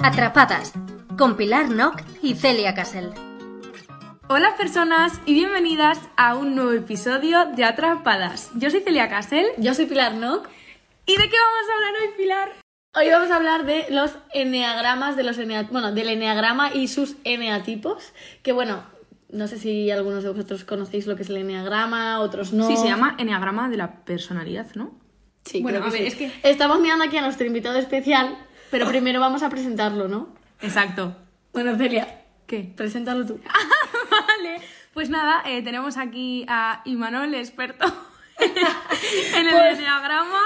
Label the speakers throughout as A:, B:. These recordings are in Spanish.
A: Atrapadas, con Pilar Nock y Celia Casel.
B: Hola personas y bienvenidas a un nuevo episodio de Atrapadas. Yo soy Celia Casel.
C: Yo soy Pilar Nock.
B: ¿Y de qué vamos a hablar hoy, Pilar?
C: Hoy vamos a hablar de los eneagramas, de los enea- bueno, del eneagrama y sus eneatipos. Que bueno, no sé si algunos de vosotros conocéis lo que es el eneagrama, otros no.
B: Sí, se llama Enneagrama de la Personalidad, ¿no?
C: Sí,
D: Bueno,
C: creo que
D: a ver,
C: sí.
D: es
C: Estamos mirando aquí a nuestro invitado especial, pero primero vamos a presentarlo, ¿no?
B: Exacto.
C: Bueno, Celia,
B: ¿Qué?
C: preséntalo tú.
B: Vale, pues nada, eh, tenemos aquí a Imanol, experto en el
C: Pues-
B: enneagrama.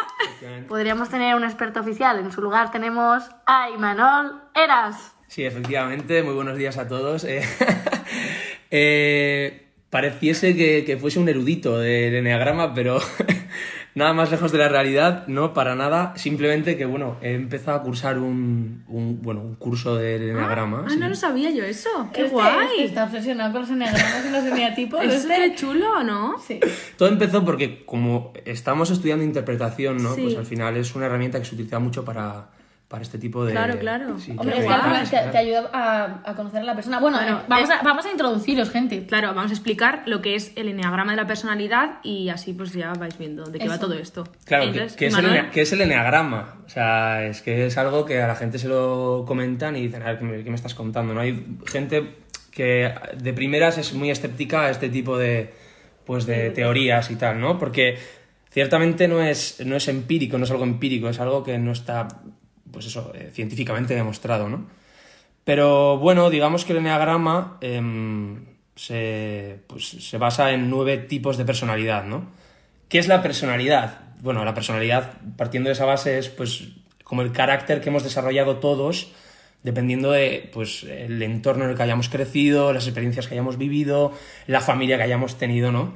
C: Ah, Podríamos tener un experto oficial. En su lugar tenemos a Imanol Eras.
D: Sí, efectivamente, muy buenos días a todos. Eh, eh, pareciese que, que fuese un erudito del enneagrama, pero nada más lejos de la realidad, no para nada. Simplemente que, bueno, he empezado a cursar un, un, bueno, un curso del enneagrama.
B: Ah,
D: sí.
B: no lo sabía yo eso. ¡Qué
C: Este-
B: guay!
C: este está obsesionado con los eneagramas y los eneatipos.
B: Eso
C: Este-
B: es chulo, ¿no?
C: Sí.
D: Todo empezó porque, como estamos estudiando interpretación, ¿no?
B: Sí.
D: Pues al final es una herramienta que se utiliza mucho para, para este tipo de.
B: Claro, claro.
D: Sí,
C: Hombre,
D: de
C: es que al
D: herramientas,
C: final te,
D: claro.
C: te ayuda a, a conocer a la persona. Bueno,
B: Bueno,
C: eh, vamos, a, vamos a introduciros, gente.
B: Claro, vamos a explicar lo que es el enneagrama de la personalidad y así pues ya vais viendo de qué va todo esto.
D: Claro, que,
B: Entonces,
D: que es el,
B: Imanol,
D: ene- que es el enneagrama. O sea, es que es algo que a la gente se lo comentan y dicen, a ver, ¿qué me, qué me estás contando? ¿no? Hay gente que de primeras es muy escéptica a este tipo de, pues de teorías y tal, ¿no? Porque ciertamente no es, no es empírico, no es algo empírico, es algo que no está, pues eso, eh, científicamente demostrado, ¿no? Pero bueno, digamos que el enneagrama em, se, pues, se basa en nueve tipos de personalidad, ¿no? ¿Qué es la personalidad? Bueno, la personalidad, partiendo de esa base, es pues como el carácter que hemos desarrollado todos, dependiendo de pues el entorno en el que hayamos crecido, las experiencias que hayamos vivido, la familia que hayamos tenido, ¿no?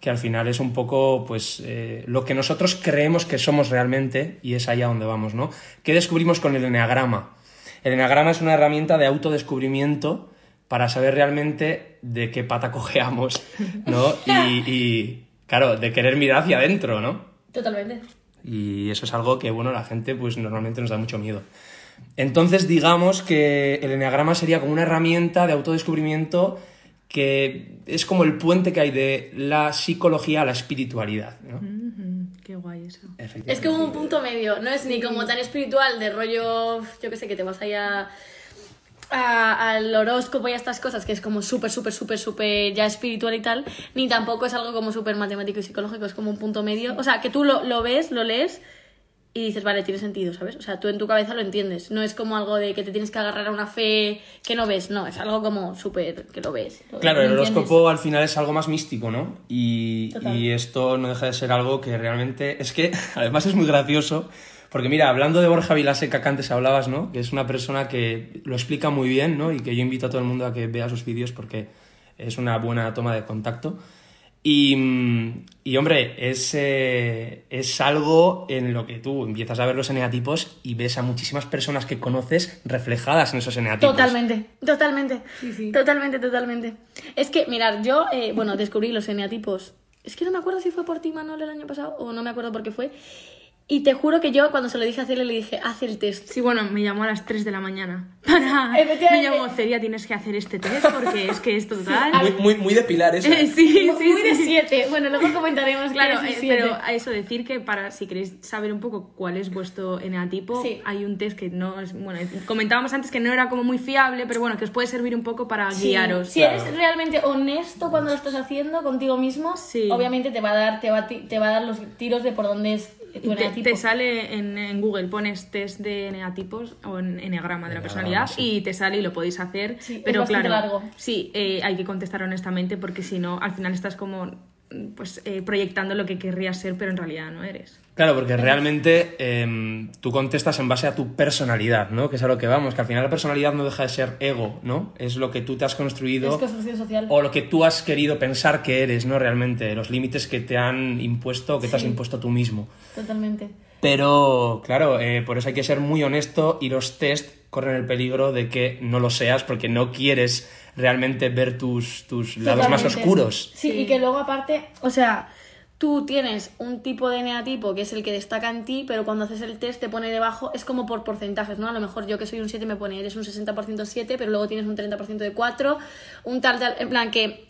D: Que al final es un poco pues eh, lo que nosotros creemos que somos realmente y es allá donde vamos, ¿no? ¿Qué descubrimos con el enneagrama? El enneagrama es una herramienta de autodescubrimiento para saber realmente de qué pata cojeamos, ¿no? Y, y, claro, de querer mirar hacia adentro, ¿no?
C: Totalmente.
D: Y eso es algo que, bueno, la gente pues normalmente nos da mucho miedo. Entonces, digamos que el enneagrama sería como una herramienta de autodescubrimiento que es como el puente que hay de la psicología a la espiritualidad, ¿no?
B: Mm, Qué guay eso.
D: Efectivamente.
C: Es que hubo un punto medio, no es ni como tan espiritual de rollo, yo qué sé, que te vas ahí a, a- al horóscopo y a estas cosas, que es como súper, súper, súper, súper ya espiritual y tal, ni tampoco es algo como súper matemático y psicológico, es como un punto medio, o sea, que tú lo, lo ves, lo lees y dices, vale, tiene sentido, ¿sabes? O sea, tú en tu cabeza lo entiendes, no es como algo de que te tienes que agarrar a una fe que no ves, no, es algo como súper que lo ves. lo-
D: Claro, el
C: lo entiendes.
D: horóscopo al final es algo más místico, ¿no? Y,
C: Total.
D: y esto no deja de ser algo que realmente. Es que además es muy gracioso, porque mira, hablando de Borja Vilaseca que antes hablabas, ¿no? Que es una persona que lo explica muy bien, ¿no? Y que yo invito a todo el mundo a que vea sus vídeos porque es una buena toma de contacto. Y, mm, y, hombre, es, eh, es algo en lo que tú empiezas a ver los eneatipos y ves a muchísimas personas que conoces reflejadas en esos eneatipos.
C: Totalmente, totalmente, totalmente, totalmente. Es que, mirar, yo, eh, bueno, descubrí los eneatipos. Es que no me acuerdo si fue por ti, Manuel, el año pasado, o no me acuerdo por qué fue. Y te juro que yo, cuando se lo dije a Celia, le dije, haz el test.
B: Sí, bueno, me llamó a las 3 de la mañana. Para... Me
C: Efectivamente.
B: llamó Celia, tienes que hacer este test porque es que es total.
D: Muy, muy, muy de pilar eso.
B: Eh, Sí, sí,
C: Muy de
B: sí.
C: siete. Bueno, luego comentaremos
B: Claro,
C: que es
B: eh,
C: de siete.
B: pero a eso decir que para si queréis saber un poco cuál es vuestro eneatipo,
C: Sí.
B: hay un test que no es, bueno, comentábamos antes que no era como muy fiable, pero bueno, que os puede servir un poco para
C: Sí,
B: guiaros.
C: Si eres realmente honesto cuando lo estás haciendo contigo mismo,
B: Sí.
C: obviamente te va a dar, te va, a ti- te va a dar los tiros de por dónde es
B: Y
C: tu
B: te,
C: eneatipo.
B: te sale en, en Google, pones test de eneatipos o en eneagrama de la
D: Eneagrama,
B: personalidad
D: sí.
B: y te sale y lo podéis hacer.
C: Sí, es
B: pero
C: bastante
B: claro,
C: largo.
B: sí, eh, hay que contestar honestamente porque si no, al final estás como pues eh, proyectando lo que querrías ser, pero en realidad no eres.
D: Claro, porque realmente em, tú contestas en base a tu personalidad, ¿no? Que es a lo que vamos, que al final la personalidad no deja de ser ego, ¿no? Es lo que tú te has construido
C: Es construcción social.
D: o lo que tú has querido pensar que eres, ¿no? Realmente, los límites que te han impuesto o que te has
C: Sí.
D: impuesto tú mismo.
C: Totalmente.
D: Pero, claro, eh, por eso hay que ser muy honesto y los test corren el peligro de que no lo seas porque no quieres realmente ver tus, tus lados más
C: Totalmente.
D: oscuros.
C: Sí, y que luego aparte, o sea, tú tienes un tipo de eneatipo que es el que destaca en ti, pero cuando haces el test te pone debajo, es como por porcentajes, ¿no? A lo mejor yo que soy un 7 me pone, eres un 60% 7, pero luego tienes un 30% de 4, un tal, tal, en plan que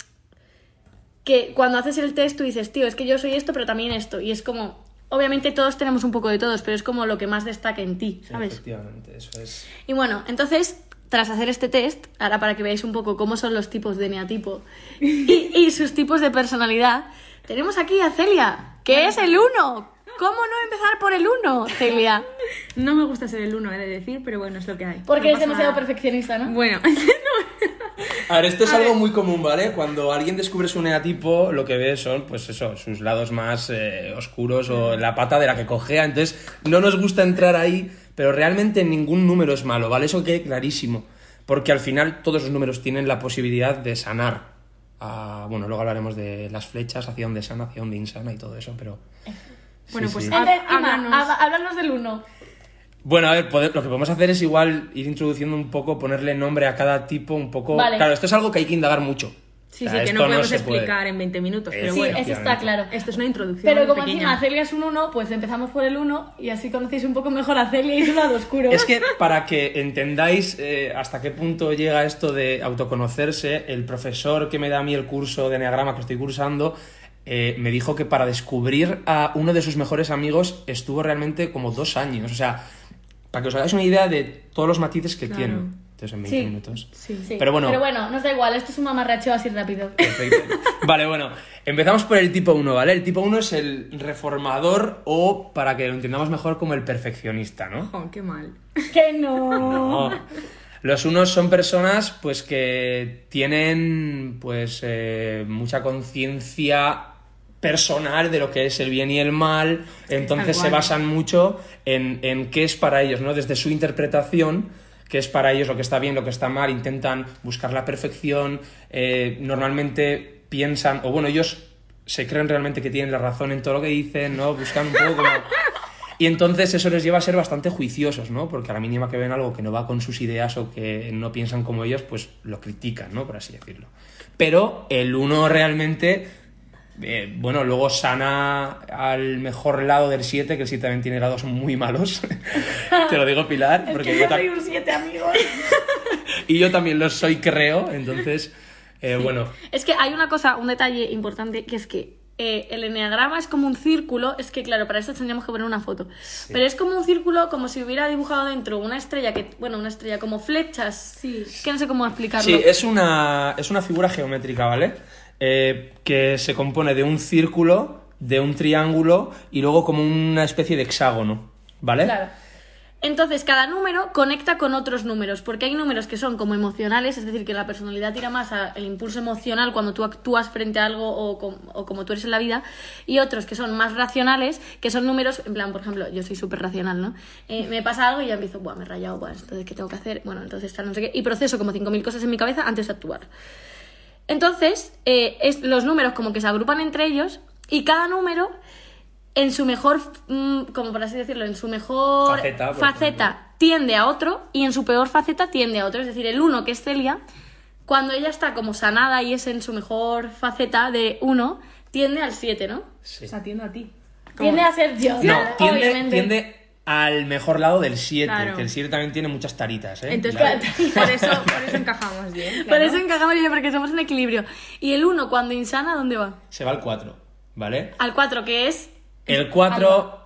C: que cuando haces el test tú dices, tío, es que yo soy esto, pero también esto. Y es como, obviamente todos tenemos un poco de todos, pero es como lo que más destaca en ti, ¿sabes?
D: Efectivamente, eso es.
C: Y bueno, entonces, tras hacer este test, ahora para que veáis un poco cómo son los tipos de neatipo y, y sus tipos de personalidad, tenemos aquí a Celia, que es el 1. ¿Cómo no empezar por el 1, Celia?
B: No me gusta ser el uno, he de decir, pero bueno, es lo que hay.
C: Porque
B: No
C: es
B: pasa
C: demasiado
B: nada.
C: perfeccionista, ¿no?
B: Bueno,
D: A ver, esto es algo muy común, ¿vale? Cuando alguien descubre su neatipo, lo que ve son, pues eso, sus lados más eh, oscuros o la pata de la que cojea. Entonces, no nos gusta entrar ahí, pero realmente ningún número es malo, ¿vale? Eso quede clarísimo. Porque al final todos los números tienen la posibilidad de sanar. Ah, bueno, luego hablaremos de las flechas, hacia dónde sana, hacia dónde insana y todo eso, pero...
B: Bueno, pues
D: sí.
B: a-
C: Entonces, Ima,
B: Háblanos.
C: Este, hab- háblanos del 1.
D: Bueno, a ver, poder- lo que podemos hacer es igual ir introduciendo un poco, ponerle nombre a cada tipo, un poco.
C: Vale.
D: Claro, esto es algo que hay que indagar mucho.
B: sí, sí,
D: O sea,
B: que
D: Ah, esto
B: no podemos
D: se puede.
B: explicar ¿eh? en 20 minutos, pero
D: Sí,
B: bueno.
C: eso está claro.
B: Esto es una introducción.
C: Pero como
B: pequeña.
C: encima Celia es un 1, pues empezamos por el 1 y así conocéis un poco mejor a Celia y su lado oscuro.
D: Es que para que entendáis eh, hasta qué punto llega esto de autoconocerse, el profesor que me da a mí el curso de Enneagrama que estoy cursando eh, me dijo que para descubrir a uno de sus mejores amigos estuvo realmente como dos años. O sea, para que os hagáis una idea de todos los matices que tiene. Entonces, en 20
C: Sí.
D: minutos.
B: Sí.
C: Sí,
D: Pero bueno.
C: Pero bueno, nos da igual, esto es un mamarracheo así rápido.
D: Perfecto. Vale, bueno, empezamos por el tipo 1, ¿vale? El tipo 1 es el reformador o, para que lo entendamos mejor, como el perfeccionista, ¿no?
B: Jo, qué mal.
C: que no.
D: No. Los unos son personas pues que tienen pues eh, mucha conciencia personal de lo que es el bien y el mal, entonces
B: Tal
D: se
B: cual.
D: basan mucho en, en qué es para ellos, ¿no? Desde su interpretación, qué es para ellos lo que está bien, lo que está mal, intentan buscar la perfección, eh, normalmente piensan, o bueno, ellos se creen realmente que tienen la razón en todo lo que dicen, ¿no? Buscan un poco como... Y entonces eso les lleva a ser bastante juiciosos, ¿no? Porque a la mínima que ven algo que no va con sus ideas o que no piensan como ellos, pues lo critican, ¿no? Por así decirlo. Pero el uno realmente, eh, bueno, luego sana al mejor lado del 7, que el 7 también tiene lados muy malos. Te lo digo, Pilar, porque yo, ta-
C: un 7, amigos.
D: y yo también lo soy, creo. Entonces, eh, bueno,
C: Es que hay una cosa, un detalle importante, que es que eh, el enneagrama es como un círculo. Es que, claro, para esto tendríamos que poner una foto. Pero es como un círculo, como si hubiera dibujado dentro una estrella, que bueno, una estrella como flechas.
B: Sí.
C: Es que no sé cómo explicarlo.
D: Sí, es una, es una figura geométrica, ¿vale? Eh, que se compone de un círculo, de un triángulo y luego como una especie de hexágono, ¿vale?
C: Claro. Entonces, cada número conecta con otros números, porque hay números que son como emocionales, es decir, que la personalidad tira más al impulso emocional cuando tú actúas frente a algo o, com- o como tú eres en la vida, y otros que son más racionales, que son números, en plan, por ejemplo, yo soy súper racional, ¿no? Eh, me pasa algo y ya empiezo, buah, me he rayado, buah, entonces, ¿qué tengo que hacer? Bueno, entonces, tal, no sé qué, y proceso como 5.000 cosas en mi cabeza antes de actuar. Entonces, eh, es, los números como que se agrupan entre ellos y cada número en su mejor, mm, como por así decirlo, en su mejor
D: Faceta, por
C: faceta
D: ejemplo.
C: tiende a otro y en su peor faceta tiende a otro. Es decir, el uno que es Celia, cuando ella está como sanada y es en su mejor faceta de uno, tiende al 7, ¿no?
D: Sí.
B: O sea, atiendo a ti.
C: Tiende a ser yo.
D: No, tiende,
C: obviamente.
D: tiende al mejor lado del 7,
B: Claro.
D: que el 7 también tiene muchas taritas, ¿eh?
B: Entonces,
D: Claro.
B: por, eso, por eso encajamos bien.
C: Por
B: claro.
C: eso encajamos bien, porque somos un equilibrio. Y el uno cuando insana, ¿dónde va?
D: Se va al 4, ¿vale?
C: Al 4, que es
D: El 4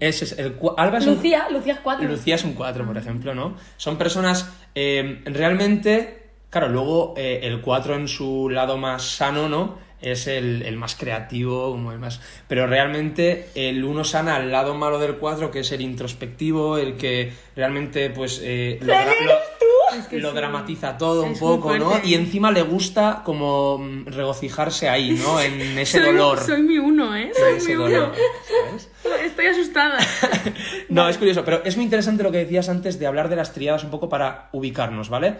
D: es, es el cua- Alba es un-
C: Lucía, Lucía es 4.
D: Lucía es un 4, por ejemplo, ¿no? Son personas eh, realmente. Claro, luego eh, el 4 en su lado más sano, ¿no? Es el, el más creativo, como el más. Pero realmente el 1 sana al lado malo del 4, que es el introspectivo, el que realmente, pues. eh, lo, dra- lo-
B: Es que
D: lo
B: sí.
D: dramatiza todo un
B: Es muy
D: poco, ¿no?
B: fuerte.
D: Y encima le gusta como mm, regocijarse ahí, ¿no? En ese
B: Soy-
D: dolor.
B: Soy mi uno, ¿eh?
D: en
B: Soy
D: ese
B: mi
D: dolor,
B: uno.
D: ¿sabes?
B: Estoy asustada.
D: No, es curioso, pero es muy interesante lo que decías antes de hablar de las triadas un poco para ubicarnos, ¿vale?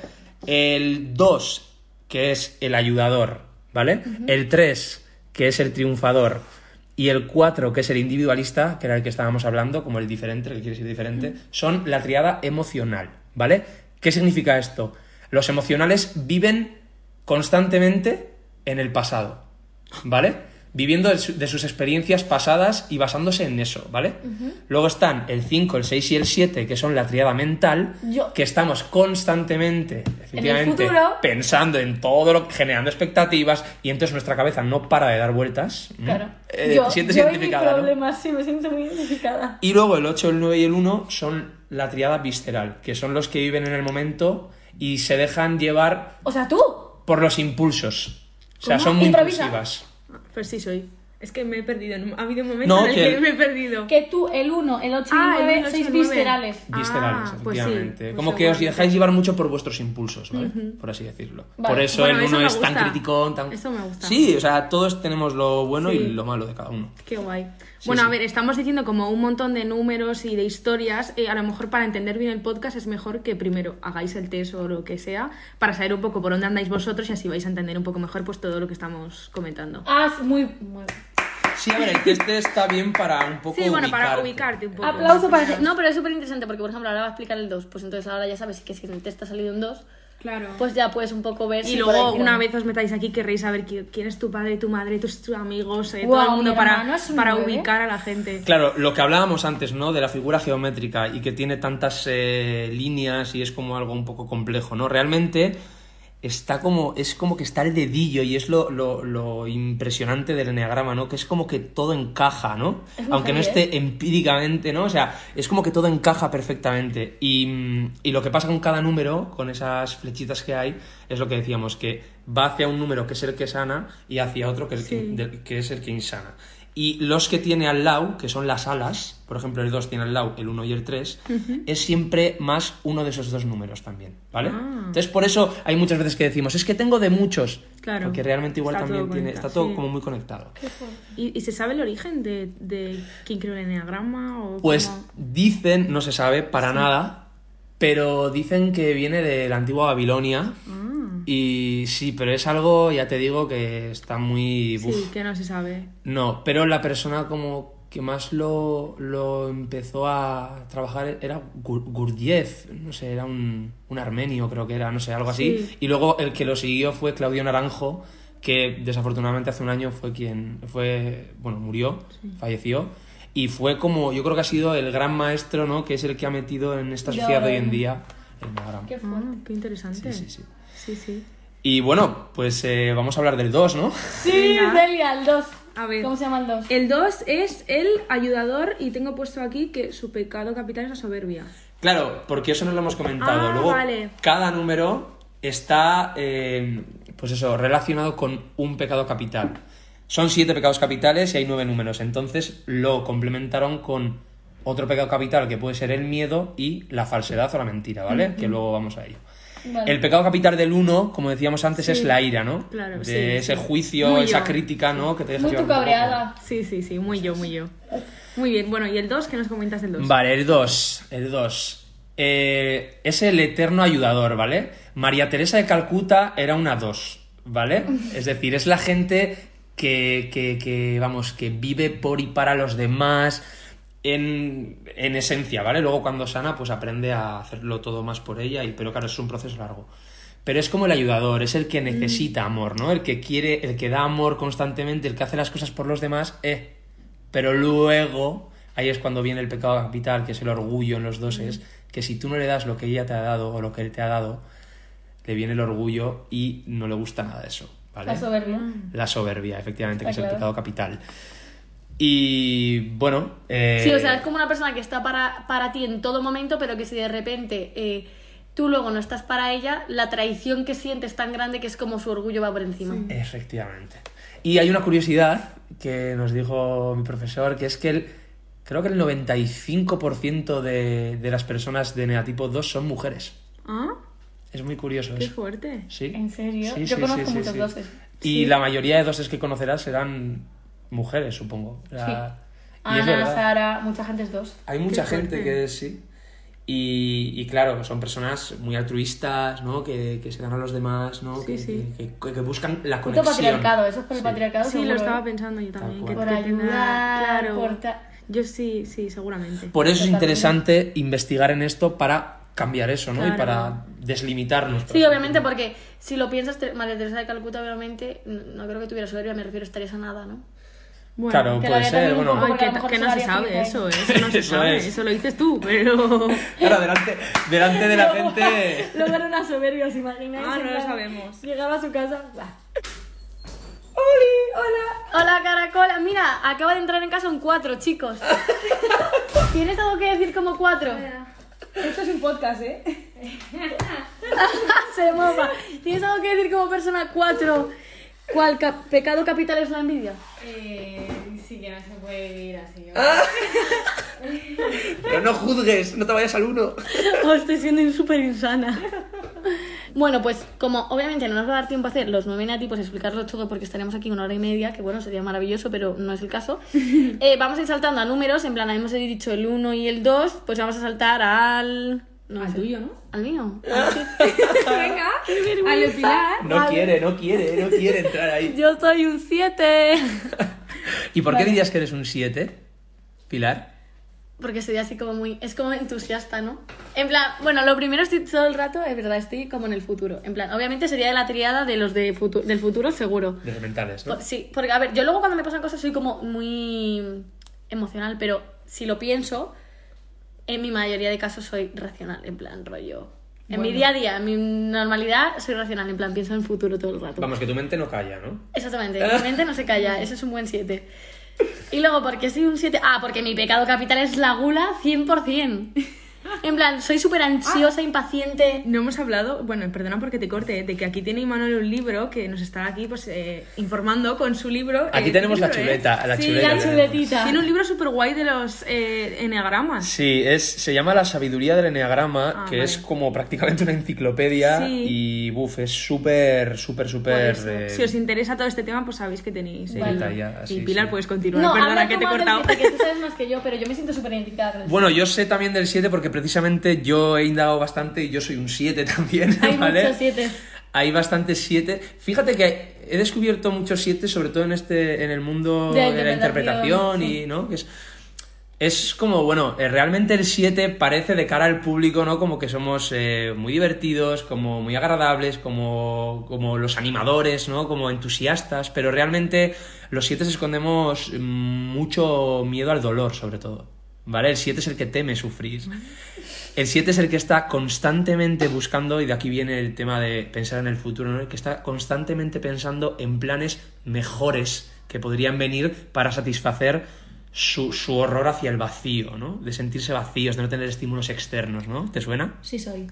D: El 2, que es el ayudador, ¿vale? El 3, que es el triunfador. Y el 4, que es el individualista, que era el que estábamos hablando, como el diferente, el que quiere ser diferente, son la triada emocional, ¿vale? ¿Qué significa esto? Los emocionales viven constantemente en el pasado, ¿vale? viviendo de, su- de sus experiencias pasadas y basándose en eso, ¿vale? Luego están el 5, el 6 y el 7, que son la triada mental,
C: Yo-
D: que estamos constantemente, efectivamente,
C: futuro.
D: pensando en todo lo que generando expectativas, y entonces nuestra cabeza no para de dar vueltas. ¿no?
C: Claro.
D: Eh,
C: yo,
D: te sientes
C: yo y mis
D: identificada, ¿no?
C: problemas, sí, me siento muy identificada.
D: Y luego el 8, el 9 y el 1 son la triada visceral, que son los que viven en el momento y se dejan llevar
C: O sea, tú.
D: por los impulsos. O sea,
C: ¿Cómo?
D: son muy
C: Improvisa.
D: impulsivas.
B: Pues sí soy. Es que me he perdido. Ha habido momentos
D: No,
B: en el
D: que-
B: que me he perdido.
C: Que tú, el 1, el 8
B: Ah,
C: y
B: el
C: el 9,
B: ocho y
C: sois
B: el nueve.
C: viscerales.
B: Ah,
D: Viscerales,
B: pues sí,
D: efectivamente.
B: pues
D: Como que os
B: seguramente.
D: dejáis llevar mucho por vuestros impulsos, ¿vale? Por así decirlo.
C: Vale.
D: Por eso
B: Bueno,
D: el
B: eso
D: 1
B: me
D: es tan
B: gusta.
D: criticón, tan...
B: Eso me gusta.
D: Sí, o sea, todos tenemos lo bueno y
B: Sí.
D: lo malo de cada uno.
B: Qué guay. bueno, a
D: sí.
B: ver, estamos diciendo como un montón de números y de historias. eh, a lo mejor para entender bien el podcast es mejor que primero hagáis el test o lo que sea para saber un poco por dónde andáis vosotros y así vais a entender un poco mejor pues todo lo que estamos comentando.
C: Ah, es muy, muy.
D: Sí, a ver, el test está bien para un poco
B: Sí, bueno, para
D: ubicarte.
B: ubicarte un poco.
C: Aplauso para. ese- No, pero es súper interesante porque, por ejemplo, ahora va a explicar el 2. Pues entonces ahora ya sabes que si en el test ha salido un 2,
B: Claro.
C: pues ya puedes un poco ver
B: y
C: si.
B: luego,
C: por ahí-
B: una vez os metáis aquí, querréis saber qui- quién es tu padre, tu madre, tus tus amigos, eh, todo
C: Guau,
B: el mundo
C: mi hermano
B: para,
C: es un
B: para
C: nueve.
B: ubicar a la gente.
D: Claro, lo que hablábamos antes, ¿no? De la figura geométrica y que tiene tantas eh, líneas y es como algo un poco complejo, ¿no? Realmente está como, es como que está el dedillo y es lo, lo- lo impresionante del enneagrama, ¿no? Que es como que todo encaja, ¿no?
C: muy
D: Aunque no
C: heavy,
D: esté empíricamente, ¿no? O sea, es como que todo encaja perfectamente. Y, mm, y lo que pasa con cada número, con esas flechitas que hay, es lo que decíamos, que va hacia un número que es el que sana y hacia otro que es el, que-
B: Sí.
D: del- que, es el que insana. Y los que tiene al lado, que son las alas, por ejemplo, el 2 tiene al lado el 1 y el 3, es siempre más uno de esos dos números también, ¿vale?
B: Ah.
D: Entonces, por eso hay muchas veces que decimos, es que tengo de muchos,
B: Claro.
D: porque realmente igual
B: Está todo
D: también tiene,
B: conectado,
D: está todo
B: sí.
D: como muy conectado.
B: ¿Y, y se sabe el origen de, de quién creó el enneagrama? O
D: Pues
B: cómo?
D: dicen, no se sabe para nada, pero dicen que viene de la antigua Babilonia.
B: Ah, Mm.
D: Y sí, pero es algo, ya te digo, que está muy...
B: Sí,
D: buf.
B: que no se sabe.
D: No, pero la persona como que más lo, lo empezó a trabajar era Gur- Gurdjieff, no sé, era un, un armenio creo que era, no sé, algo así.
B: Sí.
D: Y luego el que lo siguió fue Claudio Naranjo, que desafortunadamente hace un año fue quien fue, bueno, murió, falleció. Y fue como, yo creo que ha sido el gran maestro, ¿no? Que es el que ha metido en esta
C: Ya,
D: sociedad de hoy en
C: bueno.
D: día el enneagrama.
C: Qué
B: Ah,
C: fuerte.
B: qué interesante.
D: Sí, sí, sí.
B: Sí, sí.
D: Y bueno, pues eh, vamos a hablar del 2, ¿no?
C: Sí,
B: Venga.
C: Delia, el 2.
B: A ver.
C: ¿Cómo se llama el 2?
B: El 2 es el ayudador y tengo puesto aquí que su pecado capital es la soberbia.
D: Claro, porque eso no lo hemos comentado.
B: Ah,
D: Luego,
B: vale.
D: cada número está, eh, pues eso, relacionado con un pecado capital. Son siete pecados capitales y hay nueve números. Entonces lo complementaron con otro pecado capital que puede ser el miedo y la falsedad o la mentira, ¿vale? Que luego vamos a ello.
C: Vale.
D: El pecado capital del uno, como decíamos antes, es la ira, ¿no?
B: claro,
D: De
B: sí,
D: ese
B: sí.
D: juicio,
B: Muy
D: esa
B: yo.
D: crítica, ¿no? Que te deja
C: Muy
D: llevar
C: tu
D: un poco.
C: cabreada.
B: Sí, sí, sí, muy yo, muy yo. Muy bien, bueno, ¿y el 2? ¿Qué nos comentas del 2?
D: Vale, el 2. El 2. Eh, es el eterno ayudador, ¿vale? María Teresa de Calcuta era una 2, ¿vale? Es decir, es la gente que, que- que, vamos, que vive por y para los demás en, en esencia, ¿vale? Luego cuando sana, pues aprende a hacerlo todo más por ella, y, pero claro, es un proceso largo. Pero es como el ayudador, es el que necesita amor, ¿no? El que quiere, el que da amor constantemente, el que hace las cosas por los demás, eh, pero luego, ahí es cuando viene el pecado capital, que es el orgullo en los doses, que si tú no le das lo que ella te ha dado o lo que él te ha dado, le viene el orgullo y no le gusta nada eso, ¿vale?
C: La soberbia.
D: La soberbia, efectivamente, que
C: Está
D: es el
C: claro.
D: pecado capital. Y bueno... eh,
C: Sí, o sea, es como una persona que está para, para ti en todo momento, pero que si de repente eh, tú luego no estás para ella, la traición que siente es tan grande que es como su orgullo va por encima.
D: Efectivamente. Y hay una curiosidad que nos dijo mi profesor, que es que el, creo que el 95% de, de las personas de negativo 2 son mujeres.
B: Ah,
D: Es muy curioso
B: qué
D: eso.
B: fuerte.
D: Sí.
C: ¿En serio? Yo conozco muchos doses.
D: Y la mayoría de doses que conocerás serán mujeres, supongo. O sea, y es
C: Ana,
D: verdad.
C: Sara, mucha gente es dos.
D: Hay mucha
B: Qué
D: gente
B: fuerte.
D: que es- sí. Y, y claro, pues son personas muy altruistas, ¿no? Que, que se dan a los demás, ¿no?
B: Sí,
D: que,
B: sí.
D: que- que- que buscan la
C: Puto
D: conexión.
C: patriarcado, eso es por el
D: Sí.
C: patriarcado.
B: Sí,
C: seguro,
B: lo
C: ¿eh?
B: estaba pensando yo también.
D: cual.
B: Que,
C: Por
B: que tenga-
C: ayudar,
B: claro.
C: por ta-
B: Yo sí, sí, seguramente.
D: Por eso es
C: Totalmente.
D: interesante investigar en esto para cambiar eso, ¿no?
B: Claro.
D: Y para deslimitarnos. por
C: Sí,
D: así
C: obviamente,
D: decirlo.
C: porque si lo piensas, te- María Teresa de Calcuta, obviamente, n- no creo que tuviera soberbia, me refiero, estaría sanada, ¿no?
B: Bueno,
D: claro,
C: que
D: puede
C: daría
D: ser.
C: también un
D: Bueno,
B: Ay,
C: Porque a
B: que,
C: lo mejor
B: que
C: se
B: no se
C: varía
B: sabe
C: gente.
B: eso, ¿eh? eso no se
D: Eso
B: sabe,
D: es.
B: eso lo dices tú, pero...
D: claro, delante, delante de la gente.
C: Luego era una soberbia, ¿os imagináis?
B: Ah,
C: En
B: no lo
C: plan,
B: sabemos.
C: Llegaba a su casa. ¡Hola! ¡Hola! ¡Hola, Caracola! Mira, acaba de entrar en casa un cuatro, chicos. ¿Tienes algo que decir como cuatro?
B: Esto es un podcast, ¿eh?
C: Se mofa. ¿Tienes algo que decir como persona cuatro? ¿Cuál ca- pecado capital es la envidia?
E: Eh, sí que no se puede vivir así.
D: Pero no juzgues, no te vayas al uno.
C: Oh, estoy siendo súper insana. Bueno, pues como obviamente no nos va a dar tiempo a hacer los nueve tipos, explicarlo todo porque estaremos aquí una hora y media, que bueno, sería maravilloso, pero no es el caso. Eh, vamos a ir saltando a números, en plan, habíamos dicho el 1 y el 2, pues vamos a saltar al... No
B: Al
C: sé.
B: tuyo, ¿no?
C: ¿Al mío?
E: Venga, a lo Pilar.
D: No quiere, no quiere, no quiere entrar ahí.
C: Yo soy un 7.
D: ¿Y por qué dirías que eres un 7, Pilar?
C: Porque sería así como muy... Es como entusiasta, ¿no? En plan, bueno, lo primero estoy todo el rato, es verdad, estoy como en el futuro. En plan, obviamente sería de la triada de los de futu- del futuro, seguro.
D: De los mentales, ¿no?
B: Pues
C: Por- sí, porque a ver, yo luego cuando me pasan cosas soy como muy emocional, pero si lo pienso, en mi mayoría de casos soy racional, en plan rollo. En mi
B: Bueno.
C: día a día, en mi normalidad, soy racional, en plan pienso en el futuro todo el rato.
D: Vamos, que tu mente no calla, ¿no?
C: Exactamente, mi mente no se calla, eso es un buen 7. Y luego, ¿por qué soy un 7? Ah, porque mi pecado capital es la gula 100%. En plan, soy súper ansiosa, impaciente.
B: No hemos hablado, bueno, perdona porque te corte, eh, de que aquí tiene Imanol un libro que nos está aquí pues eh, informando con su libro.
D: Aquí
B: Eh,
D: tenemos
B: ¿qué
D: la
B: libro es?
D: chuleta, la
C: Sí,
D: chuleta.
C: la
D: tenemos.
C: chuletita.
B: Tiene un libro súper guay de los eh, eneagramas.
D: Sí, es, se llama La sabiduría del Enneagrama,
B: Ah,
D: que
B: vale.
D: es como prácticamente una enciclopedia
B: Sí.
D: y, buf, es súper, súper, súper...
B: Por eso,
D: eh,
B: Si os interesa todo este tema, pues sabéis que tenéis. eh,
D: Detallada, sí,
B: y Pilar,
D: sí.
B: puedes continuar.
C: habla
B: Perdona que
C: tú,
B: te he
C: Manuel,
B: cortado.
C: dice que tú sabes más que yo, pero yo me siento súper identificada con el
D: Bueno, yo sé también del 7 porque precisamente yo he indagado bastante y yo soy un 7 también,
C: Hay
D: ¿vale?
C: muchos 7.
D: Hay bastantes 7. Fíjate que he descubierto muchos 7, sobre todo en este en el mundo
C: De
D: de,
C: la
D: la
C: interpretación,
D: interpretación y, ¿no? Que es es como, bueno, eh, realmente el 7 parece de cara al público, ¿no? Como que somos eh, muy divertidos, como muy agradables, como, como los animadores, ¿no? Como entusiastas, pero realmente los 7 escondemos mm, mucho miedo al dolor, sobre todo. ¿Vale? El 7 es el que teme sufrir. El 7 es el que está constantemente buscando, y de aquí viene el tema de pensar en el futuro, ¿no? El que está constantemente pensando en planes mejores que podrían venir para satisfacer su, su horror hacia el vacío, ¿no? De sentirse vacíos, de no tener estímulos externos, ¿no? ¿Te suena?
C: Sí soy.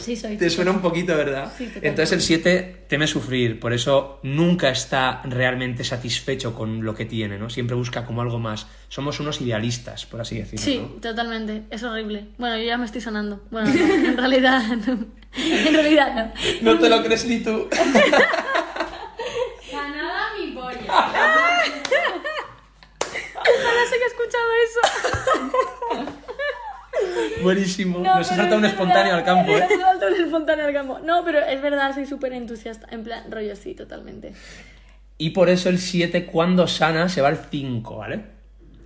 C: sí soy.
D: Te suena un poquito, ¿verdad?
C: Sí, totalmente.
D: Entonces el 7 teme sufrir, por eso nunca está realmente satisfecho con lo que tiene, ¿no? Siempre busca como algo más. Somos unos idealistas, por así decirlo.
C: Sí,
D: ¿no?
C: totalmente. Es horrible. Bueno, yo ya me estoy sanando. Bueno, no, en realidad no. En realidad no.
D: No te lo crees ni tú.
E: Sanada mi polla.
C: Ojalá se haya escuchado eso.
D: Buenísimo.
C: No,
D: Nos ha
C: pero
D: saltado un
C: es
D: espontáneo
C: verdad.
D: al campo, ¿eh?
C: Nos ha saltado un espontáneo al campo. No, pero es verdad, soy súper entusiasta. En plan, rollo sí, totalmente.
D: Y por eso el 7, cuando sana, se va al 5, ¿vale?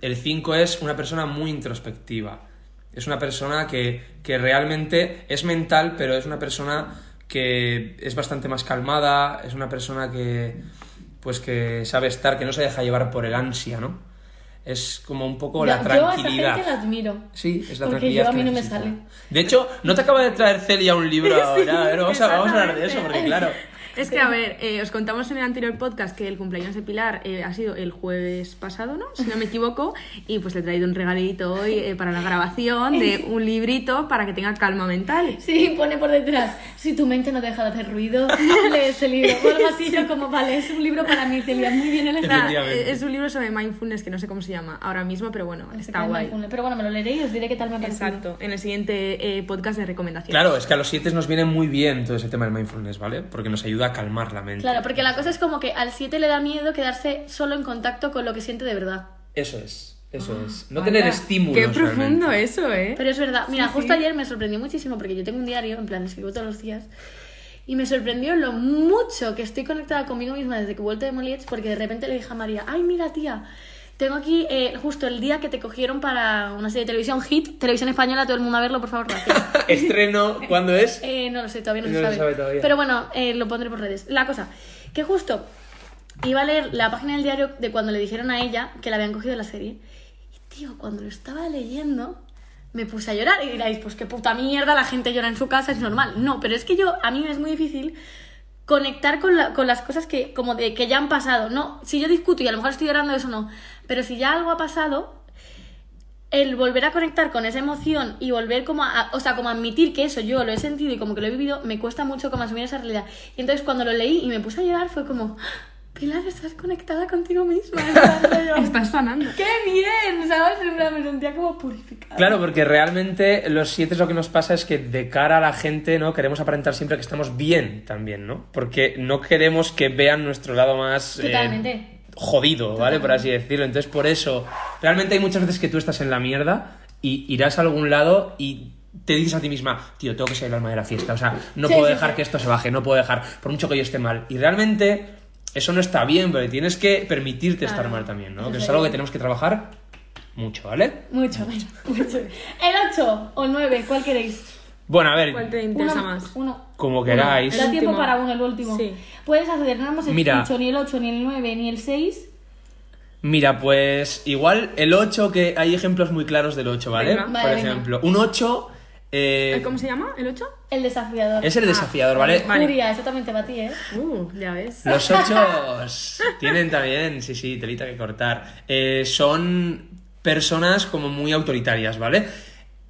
D: El 5 es una persona muy introspectiva. Es una persona que, que realmente es mental, pero es una persona que es bastante más calmada, es una persona que pues que sabe estar, que no se deja llevar por el ansia, ¿no? Es como un poco la
C: Yo- Yo a
D: tranquilidad.
C: esa gente la admiro.
D: Sí, es la
C: Porque
D: tranquilidad.
C: yo a
D: que
C: mí no me
D: necesito.
C: sale.
D: De hecho, no te acaba de traer Celia un libro ahora. A ver, vamos a, vamos a hablar de eso, porque
B: exactamente.
D: claro.
B: Es que, a ver, eh, os contamos en el anterior podcast que el cumpleaños de Pilar eh, ha sido el jueves pasado, ¿no? Si no me equivoco. Y pues le he traído un regalito hoy eh, para la grabación de un librito para que tenga calma mental.
C: Sí, pone por detrás. Si tu mente no deja de hacer ruido, lee ese libro. O algo así, yo como, vale, es un libro para mí, Celia. Muy bien
B: O
C: elegido.
B: sea,
D: Efectivamente.
B: eh, es un libro sobre mindfulness que no sé cómo se llama ahora mismo, pero bueno,
C: Se
B: está
C: cae
B: guay.
C: mindfulness. Este Pero bueno, me lo leeré y os diré qué tal me ha parecido.
B: Exacto, en el siguiente eh, podcast de recomendaciones.
D: Claro, es que a los 7 nos viene muy bien todo ese tema del mindfulness, ¿vale? Porque nos ayuda a calmar la mente.
C: Claro, porque la cosa es como que al 7 le da miedo quedarse solo en contacto con lo que siente de verdad.
D: Eso es, eso es.
C: Ah,
D: No
B: Vaya,
D: tener estímulos.
B: Qué profundo
D: realmente.
B: eso, ¿eh?
C: Pero es verdad, mira, justo ayer me sorprendió muchísimo porque yo tengo un diario, en plan, escribo todos los días. Y me sorprendió lo mucho que estoy conectada conmigo misma desde que he vuelto de Moliets porque de repente le dije a María, ay, mira tía, tengo aquí eh, justo el día que te cogieron para una serie de televisión, Hit, televisión española, todo el mundo a verlo, por favor, gracias.
D: Estreno, ¿cuándo es?
C: Eh, no lo sé, todavía no,
D: No
C: se
D: lo
C: sabe.
D: sabe todavía.
C: Pero bueno, eh, lo pondré por redes. La cosa, que justo iba a leer la página del diario de cuando le dijeron a ella que la habían cogido de la serie. Y tío, cuando lo estaba leyendo, me puse a llorar. Y diréis, pues qué puta mierda, la gente llora en su casa, es normal. No, pero es que yo, a mí me es muy difícil conectar con, la- con las cosas que, como de, que ya han pasado. No, si yo discuto y a lo mejor estoy llorando, eso no. Pero si ya algo ha pasado, el volver a conectar con esa emoción y volver como a, o sea, como a admitir que eso yo lo he sentido y como que lo he vivido, me cuesta mucho como asumir esa realidad. Y entonces cuando lo leí y me puse a llorar fue como, "Ah, Pilar, estás conectada contigo misma. En plan, rollo,
B: Estás sanando.
C: ¡Qué bien! ¿Sabes? En plan, me sentía como purificada.
D: Claro, porque realmente los siete lo que nos pasa es que de cara a la gente, ¿no? Queremos aparentar siempre que estamos bien también, ¿no? Porque no queremos que vean nuestro lado más eh,
C: Totalmente.
D: jodido, ¿vale? Por así decirlo. Entonces, por eso, realmente hay muchas veces que tú estás en la mierda y irás a algún lado y te dices a ti misma, tío, tengo que ser el alma de la fiesta. O sea, no
C: Sí,
D: puedo
C: sí,
D: dejar
C: sí.
D: que esto se baje, no puedo dejar, por mucho que yo esté mal. Y realmente eso no está bien, pero tienes que permitirte
C: Claro.
D: estar mal también, ¿no?
C: Eso
D: Que
C: es
D: es algo que
C: verdad.
D: tenemos que trabajar mucho, ¿vale?
C: Mucho, bueno, mucho. El 8 o el 9, ¿cuál queréis?
D: Bueno, a ver,
B: ¿Cuál te interesa
C: uno,
B: más?
C: Uno.
D: como queráis.
C: Da tiempo
B: último.
C: para uno, el último.
B: Sí.
C: Puedes hacer, no hemos hecho
D: Mira.
C: ni el 8, ni el 9, ni el 6.
D: Mira, pues igual el 8, que hay ejemplos muy claros del 8, ¿vale?
B: Venga.
C: Vale,
D: Por
C: venga.
D: ejemplo, un 8 eh,
B: ¿Cómo se llama? ¿El 8?
C: El desafiador.
D: es el desafiador, ¿vale?
B: Vale.
C: Furia, eso también te batí, ¿eh?
B: Uh, ya ves.
D: Los 8 tienen también, sí, sí, telita que cortar. Eh, son personas como muy autoritarias, ¿vale?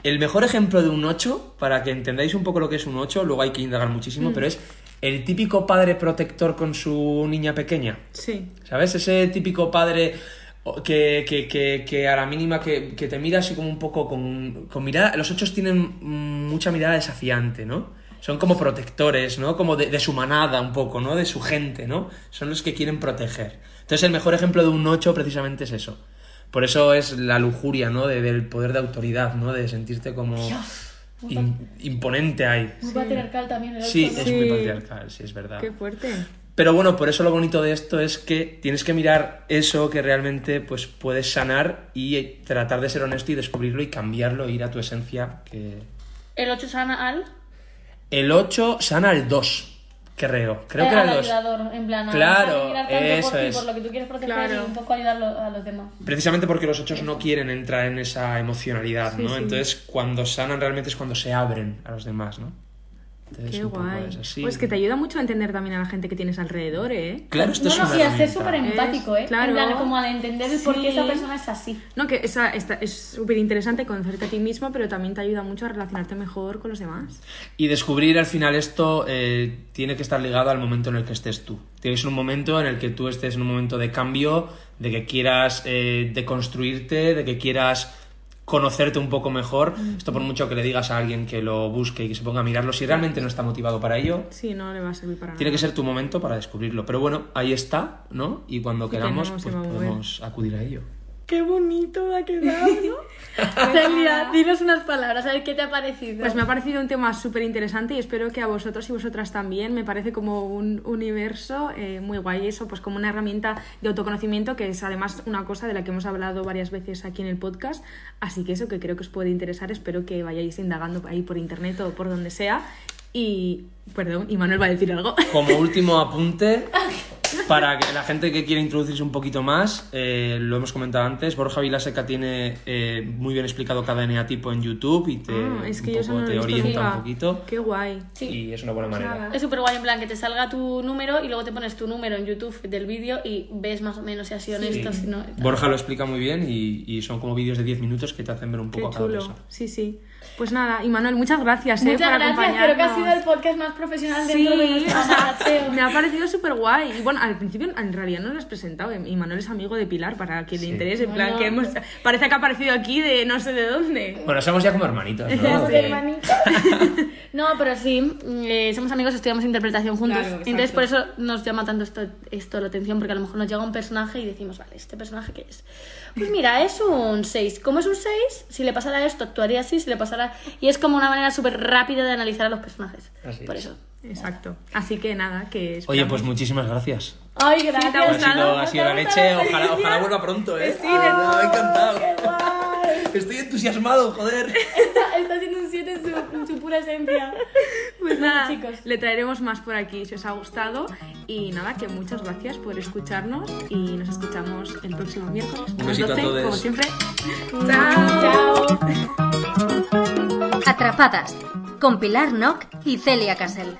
D: El mejor ejemplo de un 8, para que entendáis un poco lo que es un 8, luego hay que indagar muchísimo, pero es el típico padre protector con su niña pequeña.
B: Sí.
D: ¿Sabes? Ese típico padre o- que, que, que, que a la mínima que, que te mira así como un poco con, con mirada... Los ochos tienen mm, mucha mirada desafiante, ¿no? Son como protectores, ¿no? Como de, de su manada un poco, ¿no? De su gente, ¿no? Son los que quieren proteger. Entonces el mejor ejemplo de un ocho precisamente es eso. Por eso es la lujuria, ¿no? De- del poder de autoridad, ¿no? De sentirte como im- imponente ahí.
C: Muy patriarcal también el 8.
D: Sí, es muy
B: Sí.
D: patriarcal, sí, es verdad.
B: Qué fuerte.
D: Pero bueno, por eso lo bonito de esto es que tienes que mirar eso que realmente pues puedes sanar y eh, tratar de ser honesto y descubrirlo y cambiarlo, ir a tu esencia. Que...
C: El 8 sana al.
D: El 8 sana al 2, creo. Creo
C: eh,
D: que era
C: al
D: el 2.
C: ayudador, en plan. a-
D: Claro,
C: a mirar tanto
D: eso
C: por ti,
D: es.
C: por lo que tú quieres proteger
B: Claro.
C: y un poco ayudarlo a los demás.
D: Precisamente porque los 8 no quieren entrar en esa emocionalidad,
B: Sí,
D: ¿no?
B: sí.
D: Entonces, cuando sanan realmente es cuando se abren a los demás, ¿no? Entonces,
B: Qué
D: un poco
B: guay.
D: es así.
B: Pues que te ayuda mucho a entender también a la gente que tienes alrededor, ¿eh?
D: Claro, esto
C: no,
D: es
C: no,
D: una
C: sí, a ser
D: herramienta.
C: súper empático, ¿eh?
B: Claro.
C: En plan, como al entender el por qué
B: Sí.
C: esa persona es así.
B: No, que esa, esta- es súper interesante conocerte a ti mismo, pero también te ayuda mucho a relacionarte mejor con los demás.
D: Y descubrir al final esto eh, tiene que estar ligado al momento en el que estés tú. Tienes un momento en el que tú estés en un momento de cambio, de que quieras eh, deconstruirte, de que quieras conocerte un poco mejor. Esto por mucho que le digas a alguien que lo busque y que se ponga a mirarlo, si realmente no está motivado para ello,
B: Sí, no le va a servir para
D: tiene que
B: nada.
D: ser tu momento para descubrirlo. Pero bueno, ahí está, ¿no? Y cuando
B: que
D: queramos,
B: no
D: pues
B: se va a mover.
D: podemos acudir a ello.
C: Qué bonito la que quedado. Celia, dinos unas palabras, a ver qué te ha parecido.
B: Pues me ha parecido un tema súper interesante y espero que a vosotros y vosotras también. Me parece como un universo eh, muy guay eso, pues como una herramienta de autoconocimiento que es además una cosa de la que hemos hablado varias veces aquí en el podcast. Así que eso que creo que os puede interesar, espero que vayáis indagando ahí por internet o por donde sea. Y, perdón, y Manuel va a decir algo.
D: Como último apunte, para que la gente que quiere introducirse un poquito más, eh, lo hemos comentado antes, Borja Vilaseca tiene eh, muy bien explicado cada eneatipo en YouTube y te,
B: Ah, es que
D: un
B: yo eso
D: poco
B: no lo
D: te
B: he visto
D: orienta
B: nunca.
D: un poquito.
B: Qué guay.
C: Sí.
D: Y es una buena manera.
B: Nada.
C: Es súper guay, en plan, que te salga tu número y luego te pones tu número en YouTube del vídeo y ves más o menos si ha sido honesto, si no.
D: Borja lo explica muy bien y, y son como vídeos de 10 minutos que te hacen ver un
B: Qué
D: poco a cada
B: chulo.
D: persona.
B: Sí, sí. Pues nada, y Manuel, muchas gracias. eh,
C: Muchas
B: por
C: gracias, espero que ha
B: acompañarnos.
C: sido el podcast más profesional
B: Sí,
C: dentro de
B: o
C: nuestro
B: sea,
C: amarateo.
B: me ha parecido súper guay. Y bueno, al principio en realidad no lo has presentado. em, Y Manuel es amigo de Pilar, para quien le
D: Sí.
B: interese. En plan,
C: Bueno.
B: que hemos, parece que ha aparecido aquí de no sé de dónde.
D: Bueno, somos ya como hermanitos, ¿no?
B: Somos
D: De-
C: No, pero sí, eh, somos amigos, estudiamos interpretación juntos.
B: Claro, exacto.
C: entonces, por eso nos llama tanto esto, esto la atención, porque a lo mejor nos llega un personaje y decimos, vale, ¿este personaje qué es? Pues mira, es un 6. ¿Cómo es un 6? Si le pasara esto, actuaría así, si le pasara. Y es como una manera súper rápida de analizar a los personajes.
D: Así
C: por
D: es.
C: eso.
B: Exacto. Así que nada, que es.
D: Oye, pues muchísimas gracias. Pues
C: Ay,
B: gracias.
C: gracias.
B: te ha
D: Ha sido,
B: gustado?
D: ha sido la leche, ojalá, ojalá vuelva pronto, ¿eh?
B: Sí, de todo.
D: Me ha encantado. Estoy entusiasmado, joder.
C: Está, está siendo un 7 en su, en su pura esencia.
B: Pues nada,
C: Bueno, chicos.
B: le traeremos más por aquí si os ha gustado. Y nada, que muchas gracias por escucharnos y nos escuchamos el próximo miércoles.
D: Un besito a todos.
B: como siempre.
C: Chao.
A: Atrapadas con Pilar Nock y Celia Casel.